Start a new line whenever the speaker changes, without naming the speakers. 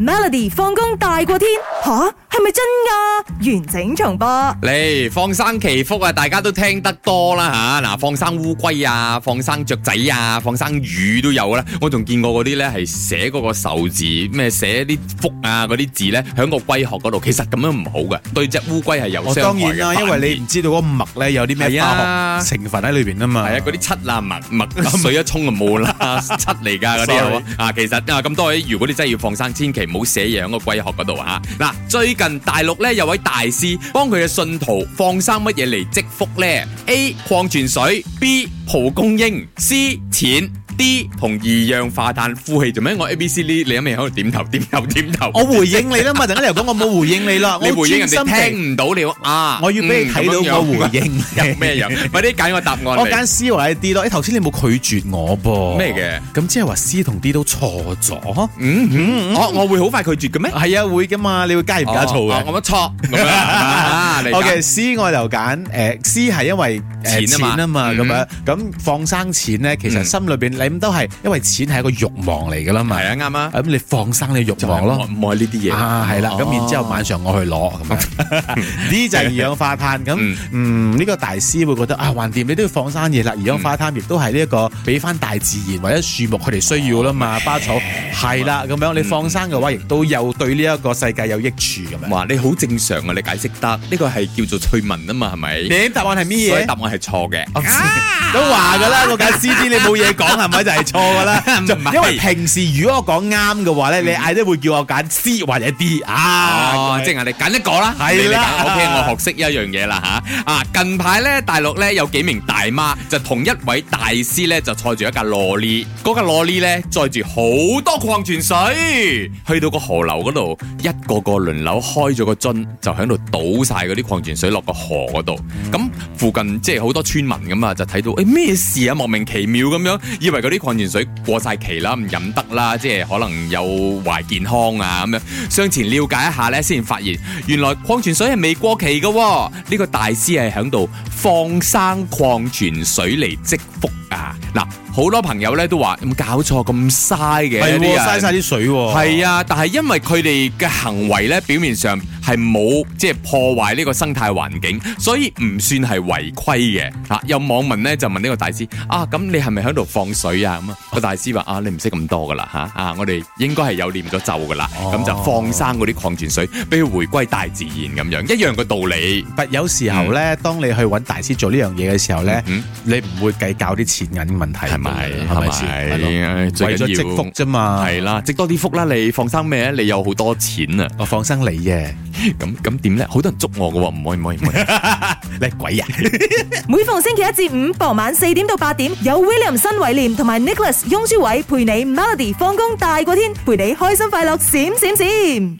Melody 放工大過天吓，係咪真噶？完整重播，
嚟放生祈福啊，大家都聽得多啦吓，嗱、放生烏龜啊，放生雀仔啊，放生魚都有啦。我仲見過嗰啲咧係寫嗰個壽字，咩寫啲福啊嗰啲字咧，喺個龜殼嗰度，其實咁樣唔好嘅，對隻烏龜係有
我
傷害
哦當
嘅。
然啦，因為你唔知道嗰個墨咧有啲咩
係啊
化學成分喺裏邊啊嘛。
係啊，嗰啲七啊墨墨水一沖就冇 啦，七嚟㗎嗰啲係嘛
Sorry
啊，其實啊咁多位，如果你真係要放生，千祈唔好寫嘢喺個龜殼嗰 度啊！嗱，最近大陸咧有位大師幫佢嘅信徒放生乜嘢嚟積福咧？A 礦泉水，B 蒲公英，C 錢。D 同二氧化碳呼氣做咩？我 A、B、C、D，你有咩喺度點頭點頭點頭？
我回應你 啦嘛，突然間你又講我冇回應你啦，
你
我
回應人哋
專心地，嗯
聽唔到你啊！
我要俾你睇到我回
應
應
有咩樣？快啲揀個答案嚟。
我揀 C 或者 D 咯，誒頭先你冇拒絕我噃，
咩
咁即係話 C 同 D 都錯咗，
嗯哼，我我會好快拒絕嘅咩？
係啊會噶嘛，你會加鹽加醋
哦
嘅
哦。我乜錯咁樣啊？你
O K，C 我就揀誒 C 係因為誒
錢啊
錢
嘛
啊嘛咁樣
嗯，
咁放生錢咧，其實
嗯
心裏邊你都係因為錢係一個慾望嚟噶啦嘛，
係啊啱啊，
咁你放生你慾
就
望咯。
唔愛呢啲嘢哦
啊，係啦，咁然之後晚上我去攞咁 樣，呢就係二氧化碳
嗯
咁，嗯，呢個大師會覺得啊，橫掂你都要放生嘢啦，二氧化碳亦都係呢一個俾翻大自然或者樹木佢哋需要啦嘛，花草係啦，咁樣你放生嘅話，亦都有對呢一個世界有益處咁樣。
哇，你好正常啊，你解釋得呢個係叫做趣聞啊嘛，係咪？
你答案係咩
所
嘢啊
以答？啊案係錯嘅。
都話噶啦，我揀 C D 你冇嘢講係咪就係錯噶啦
唔？係嗯
因為平時如果我講啱嘅話咧，你嗌都會叫我揀 C 或者 D 啊
哦，。即係你揀一個啦，
係啦
你嚟揀 OK，我學識一樣嘢啦吓。啊，近排咧大陸咧有幾名大媽就同一位大師咧就坐住一架羅哩，嗰架羅哩咧載住好多礦泉水，去到個河流嗰度，一個個輪流開咗個樽，就喺度倒晒嗰啲礦泉水落個河嗰度。咁附近即係好多村民咁啊，就睇到誒咩事啊，莫名其妙咁樣，以為嗰啲礦泉水過晒期啦，唔飲得啦，即係可能有壞健康啊咁樣。上前了解一下咧，先發現原來礦泉水係未過期嘅、喎。呢、個大師係喺度放生礦泉水嚟積福啊！嗱，好多朋友咧都話有冇搞錯咁嘥嘅？啲
係
人
喎，嘥晒啲水喎。
係啊，但係因為佢哋嘅行為咧，表面上係冇即係破壞呢個生態環境，所以唔算係違規嘅。吓、有網民咧就問呢個大師啊，咁你係咪喺度放水啊？咁啊，個大師話啊，你唔識咁多噶啦吓啊，我哋應該係有念咗咒噶啦，咁、
哦
就放生嗰啲礦泉水，俾佢回歸大自然咁樣，一樣嘅道理。
但有時候咧，當你去揾大師做呢樣嘢嘅時候咧，
嗯
你唔會計較啲錢銀問題㗎，
係咪？
係
係
咪先？係咯
咪？最
為咗
緊
積
要
福啫嘛，
係啦，積多啲福啦！你放生咩？你有好多錢啊！
我放生你嘅，
咁咁點咧？好多人捉我嘅喎，唔可以唔可以唔可以。
你鬼啊！
每逢星期一至五傍晚四點到八點，有 William 新偉廉同埋 Nicholas 雍舒偉陪你 Melody 放工大過天，陪你開心快樂閃閃閃。